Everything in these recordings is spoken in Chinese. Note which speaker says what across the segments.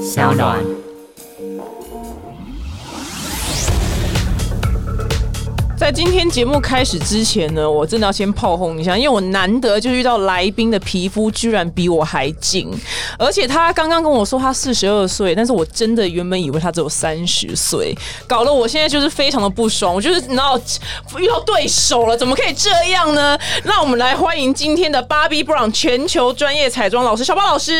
Speaker 1: 小暖。
Speaker 2: 在今天节目开始之前呢，我真的要先炮轰一下，因为我难得就遇到来宾的皮肤居然比我还紧，而且他刚刚跟我说他四十二岁，但是我真的原本以为他只有三十岁，搞得我现在就是非常的不爽，我就是你知道遇到对手了，怎么可以这样呢？让我们来欢迎今天的芭比布朗全球专业彩妆老师小包老师。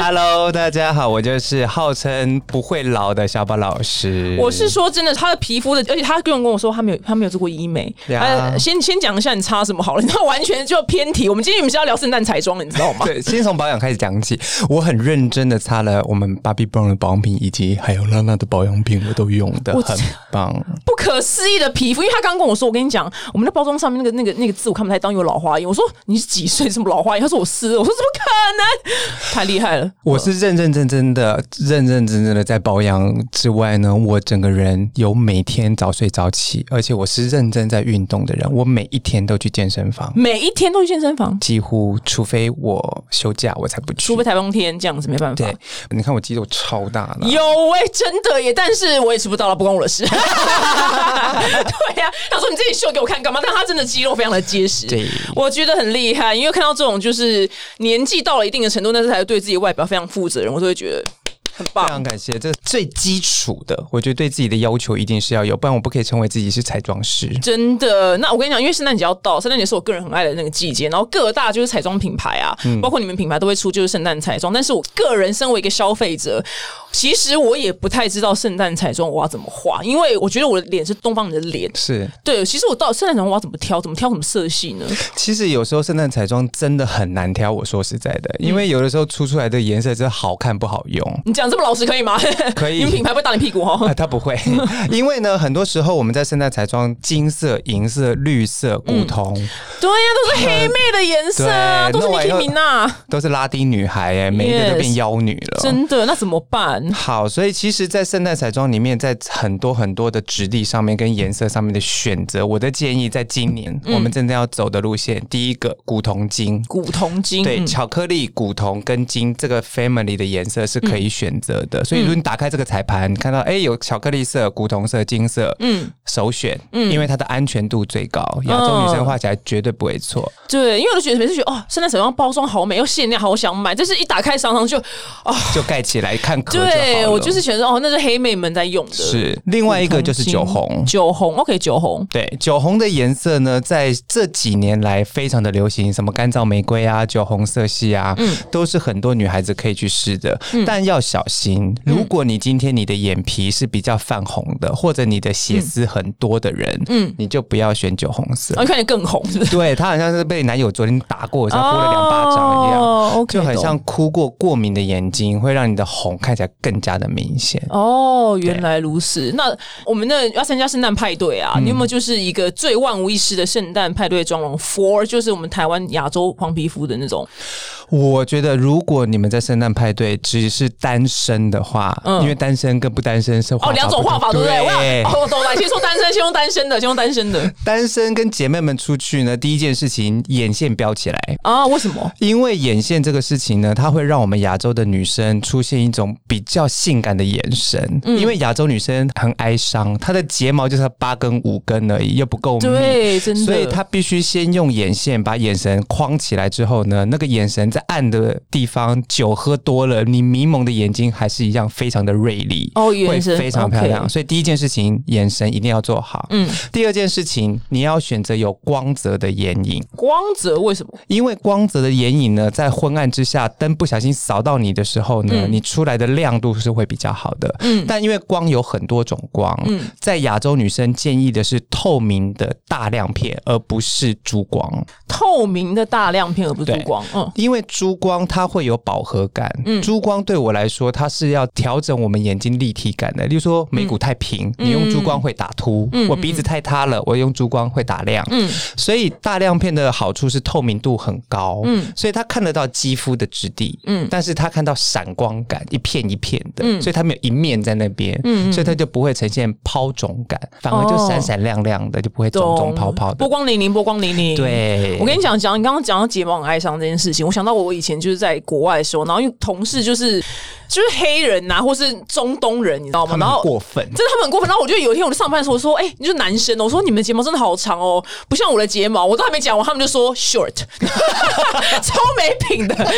Speaker 3: Hello，大家好，我就是号称不会老的小宝老师。
Speaker 2: 我是说真的，他的皮肤的，而且他跟我跟我说他没有他没有做过医美。
Speaker 3: 呀
Speaker 2: 呃，先先讲一下你擦什么好了，那完全就偏题。我们今天你们是要聊圣诞彩妆的，你知 道吗？
Speaker 3: 对，先从保养开始讲起。我很认真的擦了我们 Bobbi Brown 的保养品，以及还有娜娜的保养品，我都用的
Speaker 2: 我
Speaker 3: 很棒。
Speaker 2: 不可思议的皮肤，因为他刚跟我说，我跟你讲，我们的包装上面那个那个那个字我看不太当有老花眼。我说你是几岁？什么老花眼？他说我是。我说怎么可能？ 太厉害了！
Speaker 3: 我是认认真真的、认认真真的在保养之外呢，我整个人有每天早睡早起，而且我是认真在运动的人，我每一天都去健身房，
Speaker 2: 每一天都去健身房，
Speaker 3: 几乎除非我休假我才不去
Speaker 2: 除非。台风天这样子没办法
Speaker 3: 对。，你看我肌肉超大的，
Speaker 2: 有哎、真的耶！但是我也吃不到了，不关我的 事。对呀、他说你自己秀给我看干嘛？但他真的肌肉非常的结实，
Speaker 3: 对
Speaker 2: 我觉得很厉害。因为看到这种就是年纪到了一定的程度，但是还对自己外表非常负责任，我都会觉得很
Speaker 3: 非
Speaker 2: 棒。
Speaker 3: 常感谢，这最基础的，我觉得对自己的要求一定是要有，不然我不可以成为自己是彩妆师。
Speaker 2: 真的，那我跟你讲，因为圣诞节要到，圣诞节是我个人很爱的那个季节，然后各大就是彩妆品牌啊，
Speaker 3: 嗯
Speaker 2: 包括你们品牌都会出就是圣诞彩妆，但是我个人身为一个消费者，其实我也不太知道圣诞彩妆我要怎么画，因为我觉得我的脸是东方人的脸，
Speaker 3: 是，
Speaker 2: 对，其实我到底圣诞节我要怎么挑，怎么挑什么色系 呢？
Speaker 3: 其实有时候圣诞彩妆真的很难挑。我说实在的，因为有的时候出出来的颜色真的好看不好用。
Speaker 2: 你讲这么老实可以吗？
Speaker 3: 可 以
Speaker 2: 你们品牌不会打你屁股哦。
Speaker 3: 啊，它不会，因为呢，很多时候我们在圣诞彩妆，金色、银色、绿色、古铜、
Speaker 2: 对呀、都是黑妹的颜色啊，
Speaker 3: 嗯
Speaker 2: 都
Speaker 3: 对
Speaker 2: 是
Speaker 3: 那我
Speaker 2: Nicki
Speaker 3: 要
Speaker 2: Minaj，
Speaker 3: 都是拉丁女孩、哎，每一个
Speaker 2: Yes
Speaker 3: 都变妖女了。
Speaker 2: 真的，那怎么办？
Speaker 3: 好，所以其实，在圣诞彩妆里面，在很多很多的质地上面跟颜色上面的选择，我的建议，在今年我们真正要走的路线，第一个古铜金。
Speaker 2: 古铜金，
Speaker 3: 对，
Speaker 2: 嗯嗯
Speaker 3: 巧克力、古铜跟金这个 family 的颜色是可
Speaker 2: 嗯
Speaker 3: 以选择的，所以如果你打开这个彩盘，你看到哎、有巧克力色、古铜色、金色，嗯，首选，嗯，因为它的安全度最高，亚
Speaker 2: 哦
Speaker 3: 洲女生画起来绝对不会错。
Speaker 2: 对，因为我就觉得每次觉得哦，圣诞彩妆包装好美，又限量，好想买。但是一打开商场就，哦，
Speaker 3: 就盖起来看壳就好了。
Speaker 2: 对我就是觉得哦，那是黑妹们在用的。
Speaker 3: 是另外一个就是酒红，
Speaker 2: 酒红，OK，酒红，
Speaker 3: 对，酒红的颜色呢，在这几年来非常的流行，什么干燥玫瑰啊、酒红色系啊，都是很多女孩子可以去试的。但要小心，如果你今天你的眼皮是比较泛红的，或者你的血丝很多的人，嗯，你就不要选酒红色。
Speaker 2: 然后看你更红，是不是？
Speaker 3: 对她好像是被男友昨天打过，像呼了两巴掌一样。
Speaker 2: 哦，OK，
Speaker 3: 就很
Speaker 2: 懂
Speaker 3: 像哭过过敏的眼睛，会让你的红看起来更加的明显。
Speaker 2: 哦，原来如此。那我们那要参加圣诞派对啊，
Speaker 3: 嗯
Speaker 2: 你有没有就是一个最万无一失的圣诞派对妆容？For 就是我们台湾亚洲黄皮肤的那种，
Speaker 3: 我觉得，如果你们在圣诞派对只是单身的话，因为单身跟不单身是画
Speaker 2: 嗯哦，两种画法对不对？
Speaker 3: 对
Speaker 2: 我要哦，我懂了，先说单身，先用单身的，先用单身 的
Speaker 3: 单身跟姐妹们出去呢，第一件事情眼线标起来，
Speaker 2: 啊？为什么？
Speaker 3: 因为眼线这个事情呢，它会让我们亚洲的女生出现一种比较性感的眼神，
Speaker 2: 嗯
Speaker 3: 因为亚洲女生很哀伤，她的睫毛就是八根五根而已，又不够密。
Speaker 2: 嗯对，真的，
Speaker 3: 所以她必须先用眼线把眼神框起来，之后呢，那个眼神在暗的地方，酒喝多了，你迷蒙的眼睛还是一样非常的锐利，
Speaker 2: 哦眼
Speaker 3: 会
Speaker 2: 神
Speaker 3: 非常漂亮。
Speaker 2: OK
Speaker 3: 所以第一件事情，眼神一定要做好。
Speaker 2: 嗯，
Speaker 3: 第二件事情，你要选择有光泽的眼影，
Speaker 2: 光泽为什么？
Speaker 3: 因为光泽的眼影呢，在昏暗之下，灯不小心扫到你的时候呢，你出来的亮度是会比较好的。嗯，但因为光有很多种光，在亚洲女生建议的是透明的大亮片，而不是珠光，
Speaker 2: 透明的大亮片而不是
Speaker 3: 对
Speaker 2: 珠光，嗯。
Speaker 3: 因为珠光它会有饱和感。珠光对我来说，它是要调整我们眼睛立体感的。例如说眉骨太平，
Speaker 2: 嗯
Speaker 3: 你用珠光会打凸；我鼻子太塌了，我用珠光会打亮。
Speaker 2: 嗯
Speaker 3: 所以大亮片的好处是透明度很高，嗯，所以它看得到肌肤的质地，
Speaker 2: 嗯
Speaker 3: 嗯，但是它看到闪光感，一片一片的，所以它没有一面在那边，嗯，所以它就不会呈现抛肿感，反而就
Speaker 2: 哦
Speaker 3: 闪闪亮亮的，就不会肿肿泡泡的
Speaker 2: 波。光粼粼，波光粼粼。
Speaker 3: 对，
Speaker 2: 我跟你讲讲，你刚刚讲到睫毛很哀伤这件事情，我想到我以前就是在国外的时候，然后因为同事就是就是黑人呐、或是中东人，你知道吗？然
Speaker 3: 他们
Speaker 2: 后
Speaker 3: 很过分。
Speaker 2: 真的他们很过分。然后我就有一天我就上班的时候我说，哎、你就男生哦，我说你们的睫毛真的好长哦，不像我的睫毛，我都还没讲完，他们就说 short，超没品的，真的。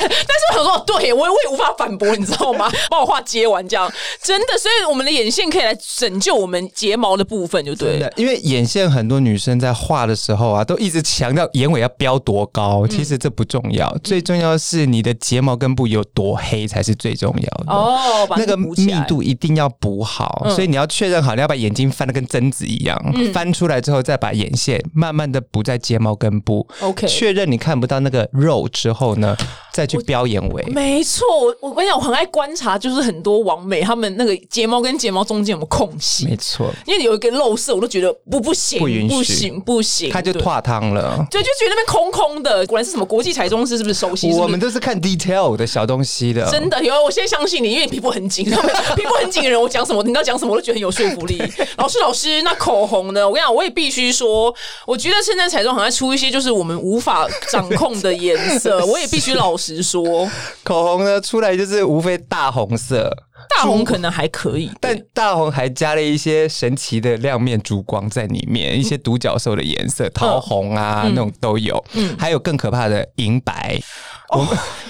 Speaker 2: 但是我想说，对我我也无法反驳，你知道吗？把我话接完这样，真的。所以我们的眼线可以来拯救我们睫毛的部分，就对
Speaker 3: 真
Speaker 2: 了。
Speaker 3: 的，啊因为眼线很多女生在画的时候啊，都一直强调眼尾要标多
Speaker 2: 嗯
Speaker 3: 高，其实这不重要，最重要是你的睫毛根部有多黑才是最重要的。
Speaker 2: 哦，把
Speaker 3: 那个
Speaker 2: 补起
Speaker 3: 密
Speaker 2: 来嗯
Speaker 3: 度一定要补好，所以你要确认好，你要把眼睛翻得跟榛子一样，翻出来之后再把眼线慢慢的补在睫毛根部。
Speaker 2: OK
Speaker 3: 确认你看不到那个肉之后呢，再去标眼尾。
Speaker 2: 没错，我我跟你讲，我很爱观察，就是很多网美他们那个睫毛跟睫毛中间有没有空隙，
Speaker 3: 没错，
Speaker 2: 因为有一个漏色，我都觉得不不行，
Speaker 3: 不允许
Speaker 2: 不行，不行，
Speaker 3: 它就
Speaker 2: 对
Speaker 3: 化汤了。
Speaker 2: 对，就觉得那边空空的，果然是什么国际彩妆师，是不是熟悉？
Speaker 3: 我们
Speaker 2: 是
Speaker 3: 都是看 detail 的小东西的，
Speaker 2: 不是真的有，我现在相信你，因为你皮肤很紧， 皮肤很紧的人，我讲什么，你知道讲什么，我都觉得很有说服力。老师，老师，那口红呢？我跟你讲，我也必须说，我觉得现在彩妆好像出一些就是我们无法掌控的颜色，我也必须老实说，
Speaker 3: 口红呢出来就是无非大红色，
Speaker 2: 大红可能还可 以，
Speaker 3: 但大红还加了一些神奇的亮面烛光在里面，一些独角兽的颜色，桃红啊、那种都有，还有更可怕的银白，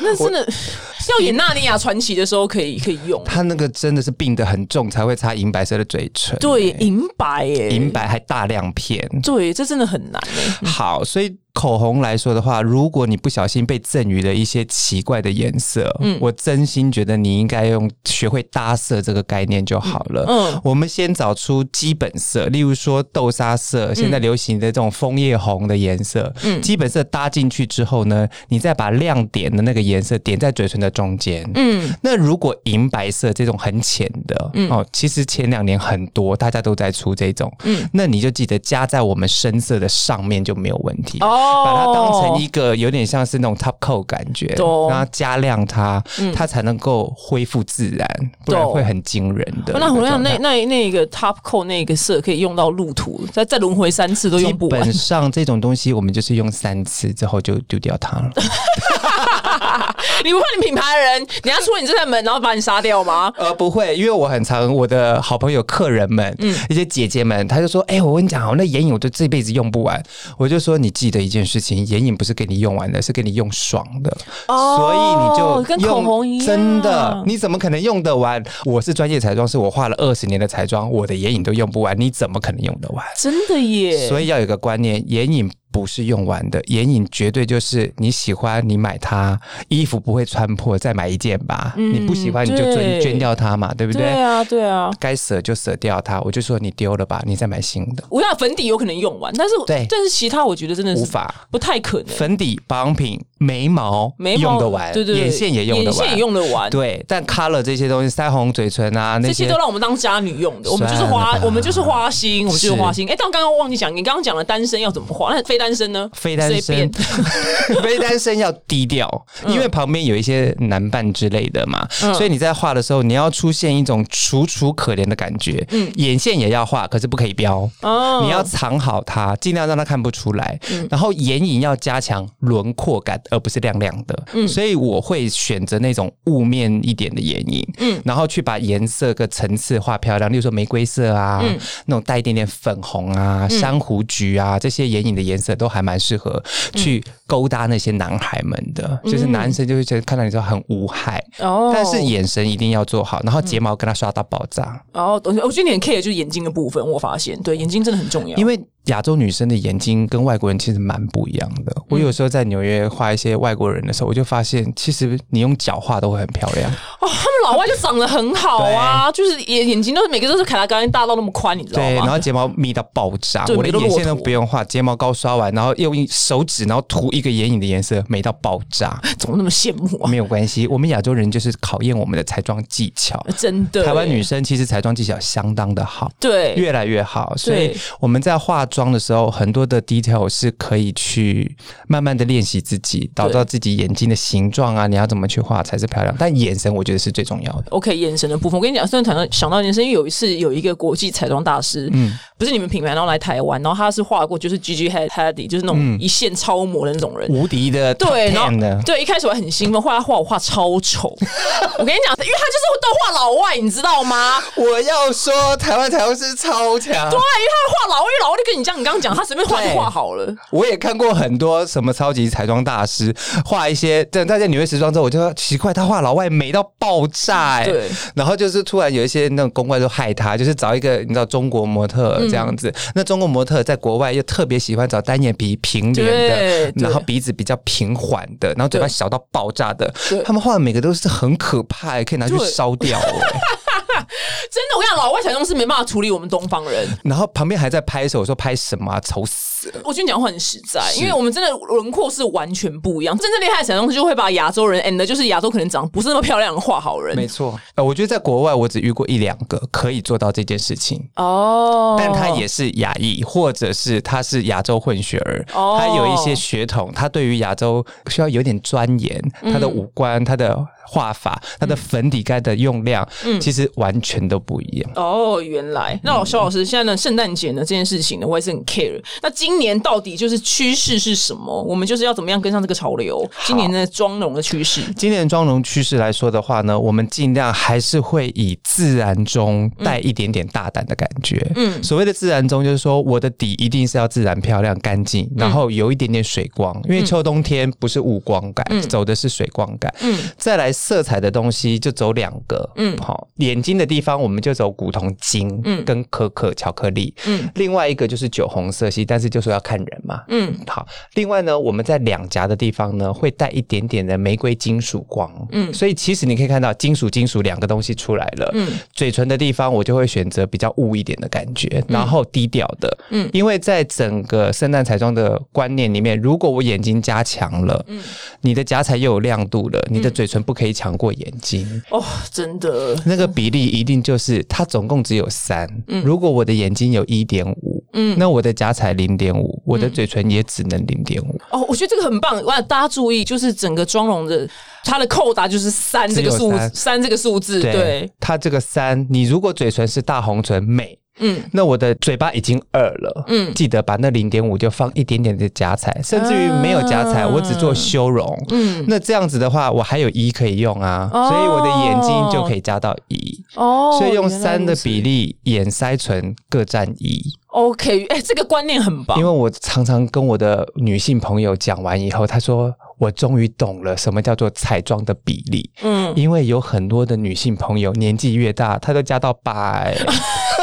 Speaker 2: 那真的要演《纳尼亚传奇》的时候可以可以用。
Speaker 3: 它那个真的是病得很重才会擦银白色的嘴唇，
Speaker 2: 对，银白耶、
Speaker 3: 银白还大量片。
Speaker 2: 对，这真的很难哎、
Speaker 3: 好，所以口红来说的话，如果你不小心被赠予了一些奇怪的颜色，我真心觉得你应该用学会搭色这个概念就好了。
Speaker 2: 嗯
Speaker 3: 嗯，
Speaker 2: 嗯
Speaker 3: 我们先找出基本色，例如说豆沙色，现在流行的这种枫叶红的颜色，
Speaker 2: 嗯
Speaker 3: 基本色搭进去之后呢，你再把亮点的那个颜色点在嘴唇的中间，
Speaker 2: 嗯，
Speaker 3: 那如果银白色这种很浅的，哦，其实前两年很多大家都在出这种，嗯，那你就记得加在我们深色的上面就没有问题。
Speaker 2: 哦
Speaker 3: 把它当成一个有点像是那种 top coat 感觉，
Speaker 2: 懂嗯
Speaker 3: 然后加亮它，它才能够恢复自然，不然
Speaker 2: 懂
Speaker 3: 会很惊人的
Speaker 2: 哦
Speaker 3: 个状态。
Speaker 2: 那我想那那那个 top coat 那个色可以用到路途，再再轮回三次都
Speaker 3: 基
Speaker 2: 用不完
Speaker 3: 本。上这种东西，我们就是用三次之后就丢掉它了。
Speaker 2: 你不怕你品牌的人，人家出你这扇门，然后把你杀掉吗？
Speaker 3: 呃，不会，因为我很常我的好朋友、客人们，
Speaker 2: 嗯
Speaker 3: 一些姐姐们，她就说：“哎、我跟你讲哦，那眼影我就这辈子用不完。”我就说：“你记得一件事情，眼影不是给你用完的，是给你用爽的。
Speaker 2: 哦
Speaker 3: 所以你就
Speaker 2: 跟口
Speaker 3: 用
Speaker 2: 红一样
Speaker 3: 真的，你怎么可能用得完？我是专业彩妆师，我画了二十年的彩妆，我的眼影都用不完，你怎么可能用得完？
Speaker 2: 真的耶！
Speaker 3: 所以要有一个观念，眼影不是用完的，眼影绝对就是你喜欢你买它，衣服不会穿破再买一件吧，你不喜欢你就
Speaker 2: 对
Speaker 3: 捐捐掉它嘛，对不
Speaker 2: 嗯
Speaker 3: 对？
Speaker 2: 对啊，对啊。
Speaker 3: 该舍就舍掉它，我就说你丢了吧，你再买新的，
Speaker 2: 我想粉底有可能用完，但是
Speaker 3: 对
Speaker 2: 但是其他我觉得真的是
Speaker 3: 无法。
Speaker 2: 不太可能。
Speaker 3: 粉底、保养品、眉毛
Speaker 2: 眉毛
Speaker 3: 用得完，
Speaker 2: 对对对
Speaker 3: 眼线也用得
Speaker 2: 眼线
Speaker 3: 完，
Speaker 2: 也用得完，
Speaker 3: 对，但 color 这些东西，腮红、嘴唇啊那
Speaker 2: 这些
Speaker 3: 些
Speaker 2: 都。让我们当家女用的，我们就是
Speaker 3: 算了
Speaker 2: 花
Speaker 3: 吧，
Speaker 2: 我们就是花心，我们就是
Speaker 3: 是
Speaker 2: 花心。哎，但我刚刚忘记讲，你刚刚讲了单身要怎么花，那非单身呢？
Speaker 3: 非单
Speaker 2: 随
Speaker 3: 身
Speaker 2: 便，嗯
Speaker 3: 非单身要低调，因为旁边有一些男伴之类的嘛，所以你在画的时候，你要出现一种楚楚可怜的感觉。眼线也要画，可是不可以标，
Speaker 2: 嗯哦嗯
Speaker 3: 你要藏好它，尽量让它看不出来。然后眼影要加强轮廓感，而不是亮亮的。所以我会选择那种雾面一点的眼影，然后去把颜色跟层次画漂亮，例如说玫瑰色啊，那种带一点点粉红啊、珊瑚橘啊，这些眼影的颜色都还蛮适合去勾搭那些男孩们的。就是男生就会觉得看到你之后很无害，
Speaker 2: 哦
Speaker 3: 但是眼神一定要做好，然后睫毛跟他刷到爆炸。
Speaker 2: 哦，我我觉得你很 care 就是眼睛的部分，我发现对眼睛真的很重要。
Speaker 3: 因为亚洲女生的眼睛跟外国人其实蛮不一样的。我有时候在纽约画一些外国人的时候，我就发现，其实你用脚画都会很漂亮。
Speaker 2: 哦，他们老外就长得很好啊，就是眼眼睛都是每个都是凯拉高音大到那么宽，你知道
Speaker 3: 对，然
Speaker 2: 吗？
Speaker 3: 后睫毛密到爆炸，
Speaker 2: 对
Speaker 3: 我连
Speaker 2: 密到
Speaker 3: 眼线
Speaker 2: 骆
Speaker 3: 都
Speaker 2: 驼
Speaker 3: 不用画，睫毛膏刷完，然后用一手指，然后涂一个眼影的颜色，美到爆 炸。
Speaker 2: 怎么那么羡慕啊？
Speaker 3: 没有关系，我们亚洲人就是考验我们的彩妆技巧。
Speaker 2: 真的，
Speaker 3: 台湾女生其实彩妆技巧相当的好，
Speaker 2: 对
Speaker 3: 越来越好，所以
Speaker 2: 对
Speaker 3: 我们在画妆的时候，很多的 detail 是可以去慢慢的练习自己，找到自己眼睛的形状啊，你要怎么去画才是漂亮。但眼神我觉得是最重要的。
Speaker 2: OK 眼神的部分，我跟你讲，虽然谈到想到眼神，因为有一次有一个国际彩妆大师，嗯，不是你们品牌，然后来台湾，然后他是画过就是 Gigi Had- Hadid，就是那种一线超模的那种人。
Speaker 3: 无敌的，
Speaker 2: 对，然
Speaker 3: top 10的
Speaker 2: 后对，一开始我还很兴奋，后来他画我画超丑。我跟你讲，因为他就是都画老外，你知道吗？
Speaker 3: 我要说台湾台湾是超强。
Speaker 2: 对，因为他画老外，因为老外就跟你讲，你刚刚讲，他随便画就画好了。
Speaker 3: 我也看过很多什么超级彩妆大师画一些，但在在纽约时装之后，我就说奇怪，他画老外美到爆炸、欸，
Speaker 2: 嗯对。
Speaker 3: 然后就是突然有一些那种公关就害他，就是找一个你知道中国模特
Speaker 2: 嗯
Speaker 3: 这样子。那中国模特在国外又特别喜欢找单眼皮平
Speaker 2: 对
Speaker 3: 脸
Speaker 2: 对
Speaker 3: 的，然后鼻子比较平缓的，然后嘴巴
Speaker 2: 对
Speaker 3: 小到爆炸的
Speaker 2: 对。
Speaker 3: 他们画的每个都是很可怕、欸，可以拿去
Speaker 2: 对
Speaker 3: 烧 掉、欸。
Speaker 2: 真的，我跟你讲，老外彩妆师没办法处理我们东方人。
Speaker 3: 然后旁边还在拍手，我说拍什么、啊？丑死了！
Speaker 2: 我觉得你讲话很实在，因为我们真的轮廓是完全不一样。真正厉害的彩妆师就会把亚洲人 and 就是亚洲可能长得不是那么漂亮的画好人
Speaker 3: 没。错，呃，我觉得在国外我只遇过一两个可以做到这件事情。
Speaker 2: 哦，
Speaker 3: 但他也是亚裔，或者是他是亚洲混血儿，
Speaker 2: 哦
Speaker 3: 他有一些血统，他对于亚洲需要有点钻研，他的五官、他的画法、他的粉底盖的用量，
Speaker 2: 嗯
Speaker 3: 其实完全都不一样。
Speaker 2: 哦，原来那老肖老师现在呢，圣诞节呢这件事情呢，我也是很 care。那今年到底就是趋势是什么？我们就是要怎么样跟上这个潮流？今年的妆容的趋势，
Speaker 3: 今年妆容趋势来说的话呢，我们尽量还是会以自然中带一点点大胆的感觉。嗯，所谓的自然中，就是说我的底一定是要自然漂亮、干净，然后有一点点水光，因为秋冬天不是雾光感，走的是水光感。嗯，再来色彩的东西就走两个。嗯，好，眼睛的地方我们就走古铜金，嗯，跟可可巧克力。嗯，另外一个就是酒红色系，但是就说要看人嘛。嗯，好。另外呢，我们在两颊的地方呢，会带一点点的玫瑰金属光。嗯，所以其实你可以看到金属、金属两个东西出来了。嗯，嘴唇的地方我就会选择比较雾一点的感觉，然后低调的。嗯，因为在整个圣诞彩妆的观念里面，如果我眼睛加强了，嗯，你的颊才又有亮度了，你的嘴唇不可以强过眼睛。
Speaker 2: 哦，真的，
Speaker 3: 那个比例一定就是它总共只有三、如果我的眼睛有一点五，嗯，那我的颊才零点五，我的嘴唇也只能零点五。
Speaker 2: 哦，我觉得这个很棒。哇，大家注意，就是整个妆容的它的扣打就是三这个
Speaker 3: 只有
Speaker 2: 数
Speaker 3: 三
Speaker 2: 三这个数字，对，
Speaker 3: 它这个三，你如果嘴唇是大红唇美。嗯，那我的嘴巴已经二了，嗯，记得把那零点五就放一点点的夹彩，甚至于没有夹彩，
Speaker 2: 啊
Speaker 3: 我只做修容，嗯，那这样子的话，我还有一可以用啊，
Speaker 2: 哦
Speaker 3: 所以我的眼睛就可以加到一、
Speaker 2: 哦
Speaker 3: 所以用
Speaker 2: 原来
Speaker 3: 三的
Speaker 2: 如此
Speaker 3: 比例，眼腮唇各占 E 一，
Speaker 2: OK，哎、这个观念很棒
Speaker 3: 因为。我常常跟我的女性朋友讲完以后，她说。我终于懂了什么叫做彩妆的比例，嗯，因为有很多的女性朋友年纪越大，她都加到八、 哎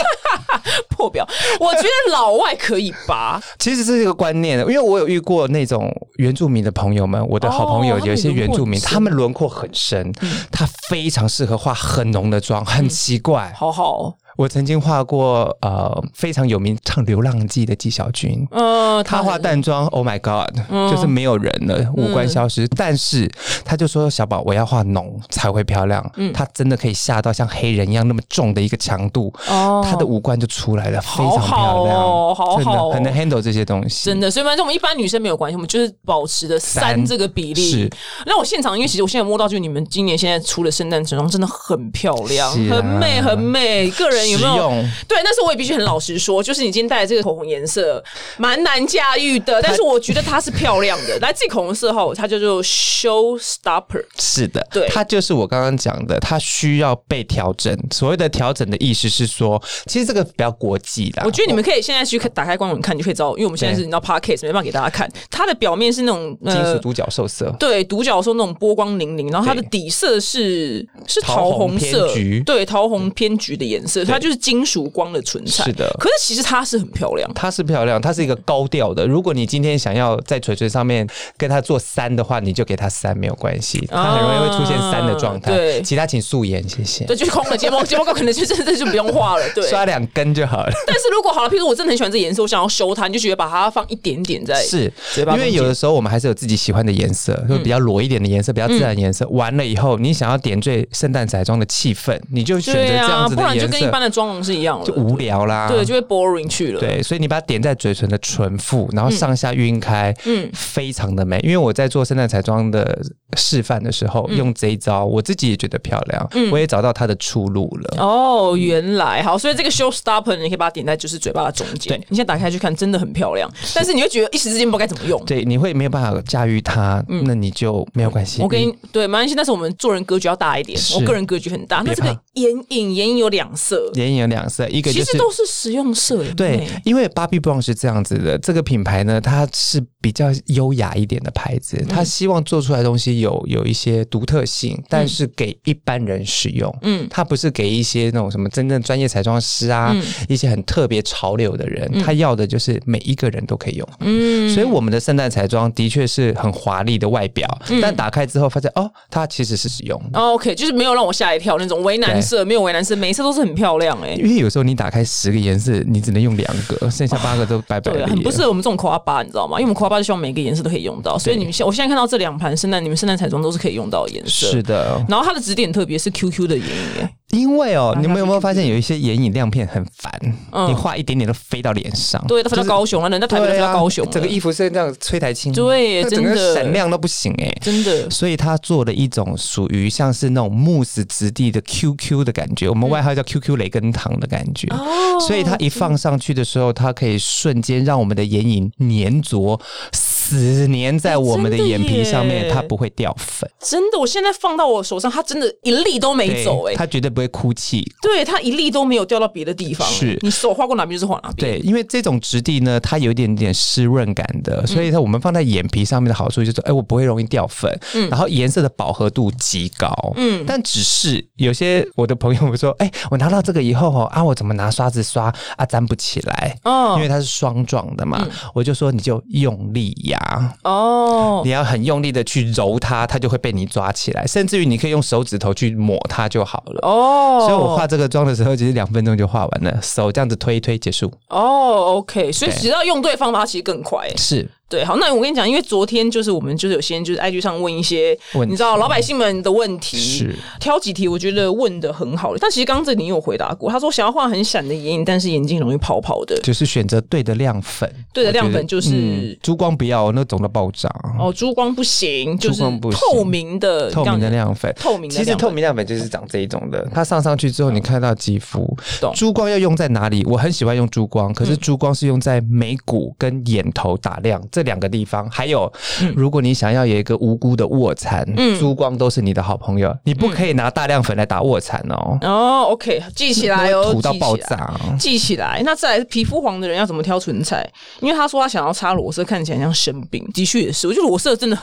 Speaker 2: 破表，我觉得老外可以吧？
Speaker 3: 其实是这个观念，因为我有遇过那种原住民的朋友们，我的好朋友
Speaker 2: 哦
Speaker 3: 有一些原住民，
Speaker 2: 他
Speaker 3: 他
Speaker 2: 们
Speaker 3: 们轮廓很深，
Speaker 2: 嗯
Speaker 3: 他非常适合画很浓的妆，很奇怪。
Speaker 2: 好好哦，
Speaker 3: 我曾经画过呃非常有名唱《流浪记》的纪晓君，
Speaker 2: 嗯、
Speaker 3: 他化淡妆，Oh my God，、就是没有人了，五官消失。但是他就说：“小宝，我要化浓才会漂亮。
Speaker 2: 嗯
Speaker 3: 他真的可以下到像黑人一样那么重的一个强度，
Speaker 2: 哦
Speaker 3: 他的五官就出来了，非
Speaker 2: 好
Speaker 3: 常
Speaker 2: 好
Speaker 3: 漂亮，
Speaker 2: 哦好好哦
Speaker 3: 真的很能 handle 这些东西。
Speaker 2: 真的，所以反正我们一般女生没有关系，我们就是保持的三
Speaker 3: 三
Speaker 2: 这个比
Speaker 3: 是
Speaker 2: 例。那我现场，因为其实我现在摸到，就是你们今年现在出的圣诞橙装真的很漂亮，
Speaker 3: 是啊
Speaker 2: 很美，很美。个人有没
Speaker 3: 实
Speaker 2: 有
Speaker 3: 用？
Speaker 2: 对，但是我也必须很老实说，就是你今天戴的这个口红颜色蛮难驾驭的，但是我觉得它是漂亮的。来，这个口红色号它叫做 Showstopper。
Speaker 3: 是的，
Speaker 2: 对
Speaker 3: 它就是我刚刚讲的，它需要被调整。所谓的调整的意思是说，其实这个比较国际啦。
Speaker 2: 我觉得你们可以现在去打开官网看，你就可以知道，因为我们现在是
Speaker 3: 对
Speaker 2: 你知道 podcast 没办法给大家看，它的表面是那种
Speaker 3: 金属
Speaker 2: 呃。
Speaker 3: 独角兽色。
Speaker 2: 对，独角兽那种波光粼粼，然后它的
Speaker 3: 对
Speaker 2: 底色是是
Speaker 3: 桃
Speaker 2: 桃
Speaker 3: 红
Speaker 2: 红色
Speaker 3: 偏橘，
Speaker 2: 对，桃红偏橘的颜色，它就是金属光的唇彩。
Speaker 3: 是的
Speaker 2: 可是其实它是很漂亮。
Speaker 3: 它是漂亮，它是一个高调的。如果你今天想要在嘴唇上面跟它做三的话，你就给它三没有关系，它很容易会出现三的状
Speaker 2: 啊哦
Speaker 3: 态。
Speaker 2: 对
Speaker 3: 其他请素颜，谢谢。
Speaker 2: 对，就是空了睫毛，睫毛膏可能就真的就不用画了。 对，
Speaker 3: 刷两根就好了。
Speaker 2: 但是如果好了，譬如说我真的很喜欢这颜色，我想要修它，你就觉得把它放一点点在
Speaker 3: 是，
Speaker 2: 嘴巴嗯
Speaker 3: 因
Speaker 2: 中间
Speaker 3: 为有的时候我们还是有自己喜欢的颜色，就比较裸一点的颜色，比较自然的颜色。完了以后，你想要点缀圣诞彩妆的气氛，你就选择
Speaker 2: 对
Speaker 3: 这
Speaker 2: 啊，
Speaker 3: 样子
Speaker 2: 不
Speaker 3: 的
Speaker 2: 然就
Speaker 3: 颜
Speaker 2: 跟一
Speaker 3: 色
Speaker 2: 般。的妆容是一样
Speaker 3: 就啊
Speaker 2: 的，
Speaker 3: 无聊啦。
Speaker 2: 对，就会 boring 去了。
Speaker 3: 对，所以你把它点在嘴唇的唇腹，然后上下晕开，
Speaker 2: 嗯
Speaker 3: 嗯，非常的美。因为我在做圣诞彩妆的示范的时
Speaker 2: 嗯
Speaker 3: 候，用这一招，我自己也觉得漂亮，我也找到它的出路了。
Speaker 2: 哦，原来好，所以这个 show stopper 你可以把它点在就是嘴巴的中间
Speaker 3: 对，
Speaker 2: 你现在打开去看，真的很漂亮，但是你会觉得一时之间不知道该怎么用。
Speaker 3: 对，你会没有办法驾驭它，那你就没有关
Speaker 2: 嗯
Speaker 3: 系。
Speaker 2: 我跟
Speaker 3: 你
Speaker 2: 你对，没关系，但是我们做人格局要大一点。
Speaker 3: 是
Speaker 2: 我个人格局很大，那
Speaker 3: 别
Speaker 2: 这
Speaker 3: 怕
Speaker 2: 个眼影，眼影有两色，
Speaker 3: 眼影有两色，一个
Speaker 2: 其
Speaker 3: 就
Speaker 2: 实
Speaker 3: 是。
Speaker 2: 都是实用色。
Speaker 3: 对，因为 Bobbi Brown 是这样子的，这个品牌呢，它是比较优雅一点的牌子，
Speaker 2: 嗯
Speaker 3: 它希望做出来的东西有有一些独特性，但是给一般人使用。
Speaker 2: 嗯嗯
Speaker 3: 嗯，它不是给一些那种什么真正专业彩妆师啊，一些很特别潮流的人，他要的就是每一个人都可以用。
Speaker 2: 嗯，
Speaker 3: 所以我们的圣诞彩妆的确是很华丽的外表，
Speaker 2: 嗯
Speaker 3: 但打开之后发现哦，它其实是实用的。
Speaker 2: 哦 OK，就是没有让我吓一跳那种为难色，没有为难色，每一色都是很漂亮哎、
Speaker 3: 因为有时候你打开十个颜色，你只能用两个，剩下八个都拜拜
Speaker 2: 对
Speaker 3: 了
Speaker 2: 啊，
Speaker 3: 耶。
Speaker 2: 很不适合我们这种夸巴，你知道吗？因为我们夸巴就希望每个颜色都可以用到，所以你们现我现在看到这两盘圣诞，你们圣诞彩妆都是可以用到的颜色。
Speaker 3: 是的，
Speaker 2: 然后它的指点特别是 QQ 的眼影、欸，
Speaker 3: 因为哦
Speaker 2: 大，
Speaker 3: 你
Speaker 2: 家
Speaker 3: 们有没有
Speaker 2: 去
Speaker 3: 发现有一些眼影亮片很烦？
Speaker 2: 嗯
Speaker 3: 你画一点点都飞到脸上，
Speaker 2: 对，它飞到高雄了，人家台北都飞
Speaker 3: 对
Speaker 2: 到
Speaker 3: 啊，
Speaker 2: 高雄了，
Speaker 3: 整个衣服是这样吹台青，
Speaker 2: 对
Speaker 3: 那整
Speaker 2: 真的
Speaker 3: 个闪亮都不行哎、
Speaker 2: 真的
Speaker 3: 所以他做了一种属于像是那种慕斯质地的 QQ 的感觉，我们外号叫 QQ 雷根糖的感觉。
Speaker 2: 嗯哦
Speaker 3: 所以它一放上去的时候，它可以瞬间让我们的眼影粘着，死粘在我们的
Speaker 2: 哎真的
Speaker 3: 眼皮上
Speaker 2: 耶
Speaker 3: 面，它不会掉粉，
Speaker 2: 真的，我现在放到我手上，它真的一粒都没
Speaker 3: 对
Speaker 2: 走哎、欸
Speaker 3: 它绝对不会哭泣，
Speaker 2: 对，它一粒都没有掉到别的地方、欸
Speaker 3: 是
Speaker 2: 你手划过哪边就是划哪边。
Speaker 3: 对，因为这种质地呢，它有一点点湿润感的，所以它我们放在眼皮上面的好处就是，哎、我不会容易掉粉，
Speaker 2: 嗯
Speaker 3: 然后颜色的饱和度极高，嗯，但只是有些我的朋友会说，哎、我拿到这个以后哦，啊，我怎么拿刷子刷啊，粘不起来，
Speaker 2: 哦嗯
Speaker 3: 因为它是霜状的嘛，我就说你就用力压，
Speaker 2: 哦，
Speaker 3: 你要很用力的去揉它，它就会被你抓起来，甚至于你可以用手指头去抹它就好了。
Speaker 2: 哦，
Speaker 3: 所以我化这个妆的时候，其实两分钟就化完了，手这样子推一推结束。
Speaker 2: 哦，OK，所以
Speaker 3: 对
Speaker 2: 只要用对方法，它其实更快、欸
Speaker 3: 是，
Speaker 2: 对，好，那我跟你讲，因为昨天就是我们就是有先就是 IG 上问一些
Speaker 3: 问
Speaker 2: 你知道老百姓们的问题，
Speaker 3: 是
Speaker 2: 挑几题我觉得问的很好但其实刚刚这里你有回答过，他说想要画很闪的眼影，但是眼睛容易泡泡的，
Speaker 3: 就是选择对的亮粉，
Speaker 2: 对的
Speaker 3: 我觉得
Speaker 2: 亮粉就是
Speaker 3: 嗯珠光不要那种的爆炸，
Speaker 2: 哦，珠光不行，就是
Speaker 3: 珠光不行
Speaker 2: 透明的
Speaker 3: 透明的
Speaker 2: 呃亮，
Speaker 3: 亮粉。
Speaker 2: 透明的
Speaker 3: 其实
Speaker 2: 亮嗯
Speaker 3: 透明亮粉就是长这一种的，它上上去之后，你看到肌肤
Speaker 2: 懂。嗯
Speaker 3: 珠光要用在哪里？我很喜欢用珠光，可是珠光是用在眉骨跟眼头打亮这两个地方。还有，
Speaker 2: 嗯
Speaker 3: 如果你想要有一个无辜的卧蚕，珠光都是你的好朋友，你
Speaker 2: 嗯
Speaker 3: 不可以拿大亮粉来打卧蚕哦，
Speaker 2: 哦，OK，记起 来
Speaker 3: 那
Speaker 2: 哦，
Speaker 3: 会涂到
Speaker 2: 记起
Speaker 3: 爆
Speaker 2: 来
Speaker 3: 炸。哦
Speaker 2: 记起来。那再来是皮肤黄的人要怎么挑唇彩？因为他说他想要擦裸色，看起来像生病。的确也是，我觉得裸色真的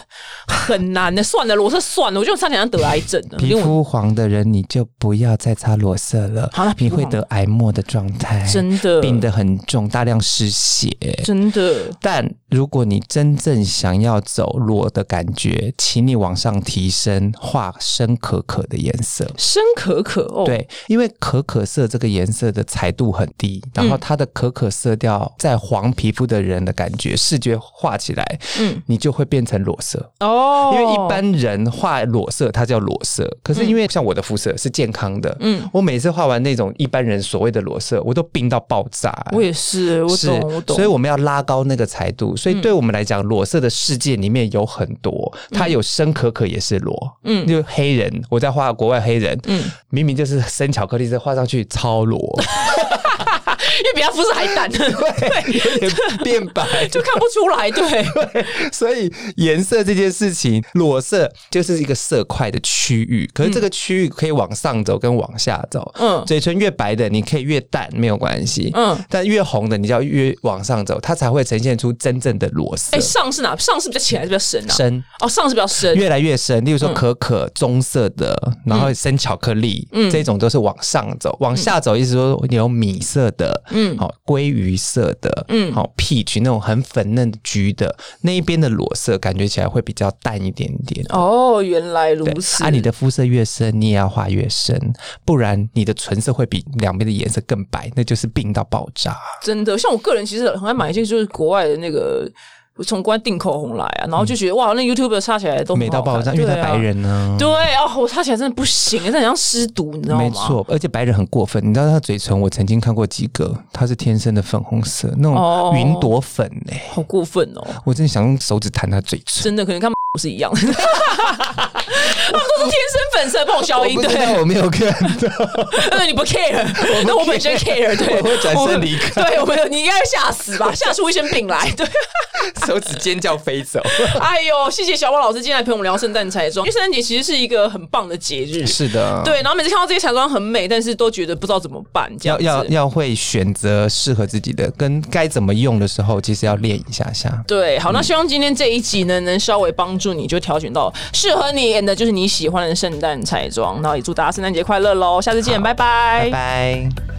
Speaker 2: 很难的。 算了，裸色算了，我觉得我差点要得癌症了。
Speaker 3: 皮
Speaker 2: 连我
Speaker 3: 肤黄的人，你就不要再擦裸色了，
Speaker 2: 好那皮
Speaker 3: 你
Speaker 2: 肤
Speaker 3: 会
Speaker 2: 黄
Speaker 3: 得癌末的状态。
Speaker 2: 真的
Speaker 3: 病得很重，大量失血。
Speaker 2: 真的
Speaker 3: 但如果你真正想要走裸的感觉，请你往上提升，画深可可的颜色。
Speaker 2: 深可可哦，，
Speaker 3: 对，因为可可色这个颜色的彩度很低，然后它的可可色调在黄皮肤的人的感觉，视觉画起来，
Speaker 2: 嗯
Speaker 3: 嗯，你就会变成裸色。
Speaker 2: 哦，
Speaker 3: 因为一般人画裸色，它叫裸色，可是因为像我的肤色是健康的，
Speaker 2: 嗯
Speaker 3: 嗯，我每次画完那种一般人所谓的裸色，我都病到爆炸、
Speaker 2: 我也是，我
Speaker 3: 是
Speaker 2: 懂，我懂，
Speaker 3: 所以我们要拉高那个彩度。所以对我们来讲，裸色的世界里面有很多，
Speaker 2: 嗯
Speaker 3: 它有深可可也是裸，嗯，就黑人，我在画国外黑人，嗯，明明就是深巧克力色，画上去超 裸，
Speaker 2: 因为比他肤色还淡，
Speaker 3: 对，有点变白，
Speaker 2: 就看不出来。对，
Speaker 3: 所以颜色这件事情，裸色就是一个色块的区域，可是这个区域可以往上走跟往下走。
Speaker 2: 嗯
Speaker 3: 嗯，嘴唇越白的，你可以越淡，没有关系。
Speaker 2: 嗯
Speaker 3: 嗯，但越红的，你就要越往上走，它才会呈现出真正的裸色
Speaker 2: 哎，。上是哪？上是比较浅还是比较深啊？
Speaker 3: 深
Speaker 2: 哦，上是比较深。
Speaker 3: 越来越深，例如
Speaker 2: 嗯
Speaker 3: 说可可、棕色的，然后深巧克力，
Speaker 2: 嗯
Speaker 3: 这种都是往上走，往下走，意思说有米色的，嗯，好鲑鱼色的，嗯，好 peach 那种很粉嫩的橘的那一边的裸色，感觉起来会比较淡一点点。
Speaker 2: 哦，原来如
Speaker 3: 对
Speaker 2: 此。
Speaker 3: 啊，你的肤色越深，你也要画越深，不然你的唇色会比两边的颜色更白，那就是病到爆炸。
Speaker 2: 真的，像我个人其实很爱买一些就是国外的那个我从国外订口红来啊，然后就觉得、哇，那 YouTube 擦起来都很
Speaker 3: 嗯美到
Speaker 2: 好看
Speaker 3: 爆炸，因为他
Speaker 2: 对啊
Speaker 3: 白人呢、
Speaker 2: 对哦，我擦起来真的不行，真的很像湿毒，你知道吗？
Speaker 3: 没错，而且白人很过分，你知道他嘴唇，我曾经看过几个，他是天生的粉红色，那
Speaker 2: 哦
Speaker 3: 种云朵粉哎、
Speaker 2: 好过分哦，
Speaker 3: 我真的想用手指弹他嘴唇。
Speaker 2: 真的，可能跟他们 是一样的，他们都是天生粉色，帮我消音，
Speaker 3: 我不知
Speaker 2: 对
Speaker 3: 道，，我没有看到，
Speaker 2: 那你不 care，那我本身 care，对，
Speaker 3: 我会转身离开
Speaker 2: 我对，我没有，你应该吓死吧，吓出一身病来。对，
Speaker 3: 手指尖叫飞走。
Speaker 2: 哎呦，谢谢小宝老师今天来陪我们聊圣诞彩妆，因为圣诞节其实是一个很棒的节日。
Speaker 3: 是啊的，，
Speaker 2: 对，然后每次看到这些彩妆很美，但是都觉得不知道怎么办，这样
Speaker 3: 要
Speaker 2: 子。
Speaker 3: 要要会选择适合自己的，跟该怎么用的时候，其实要练一下下。
Speaker 2: 对，好，
Speaker 3: 嗯
Speaker 2: 那希望今天这一集呢，能稍微帮助你，就挑选到适合你的，就是你喜欢的圣诞彩妆。然后也祝大家圣诞节快乐喽！下次见，拜拜
Speaker 3: 拜拜。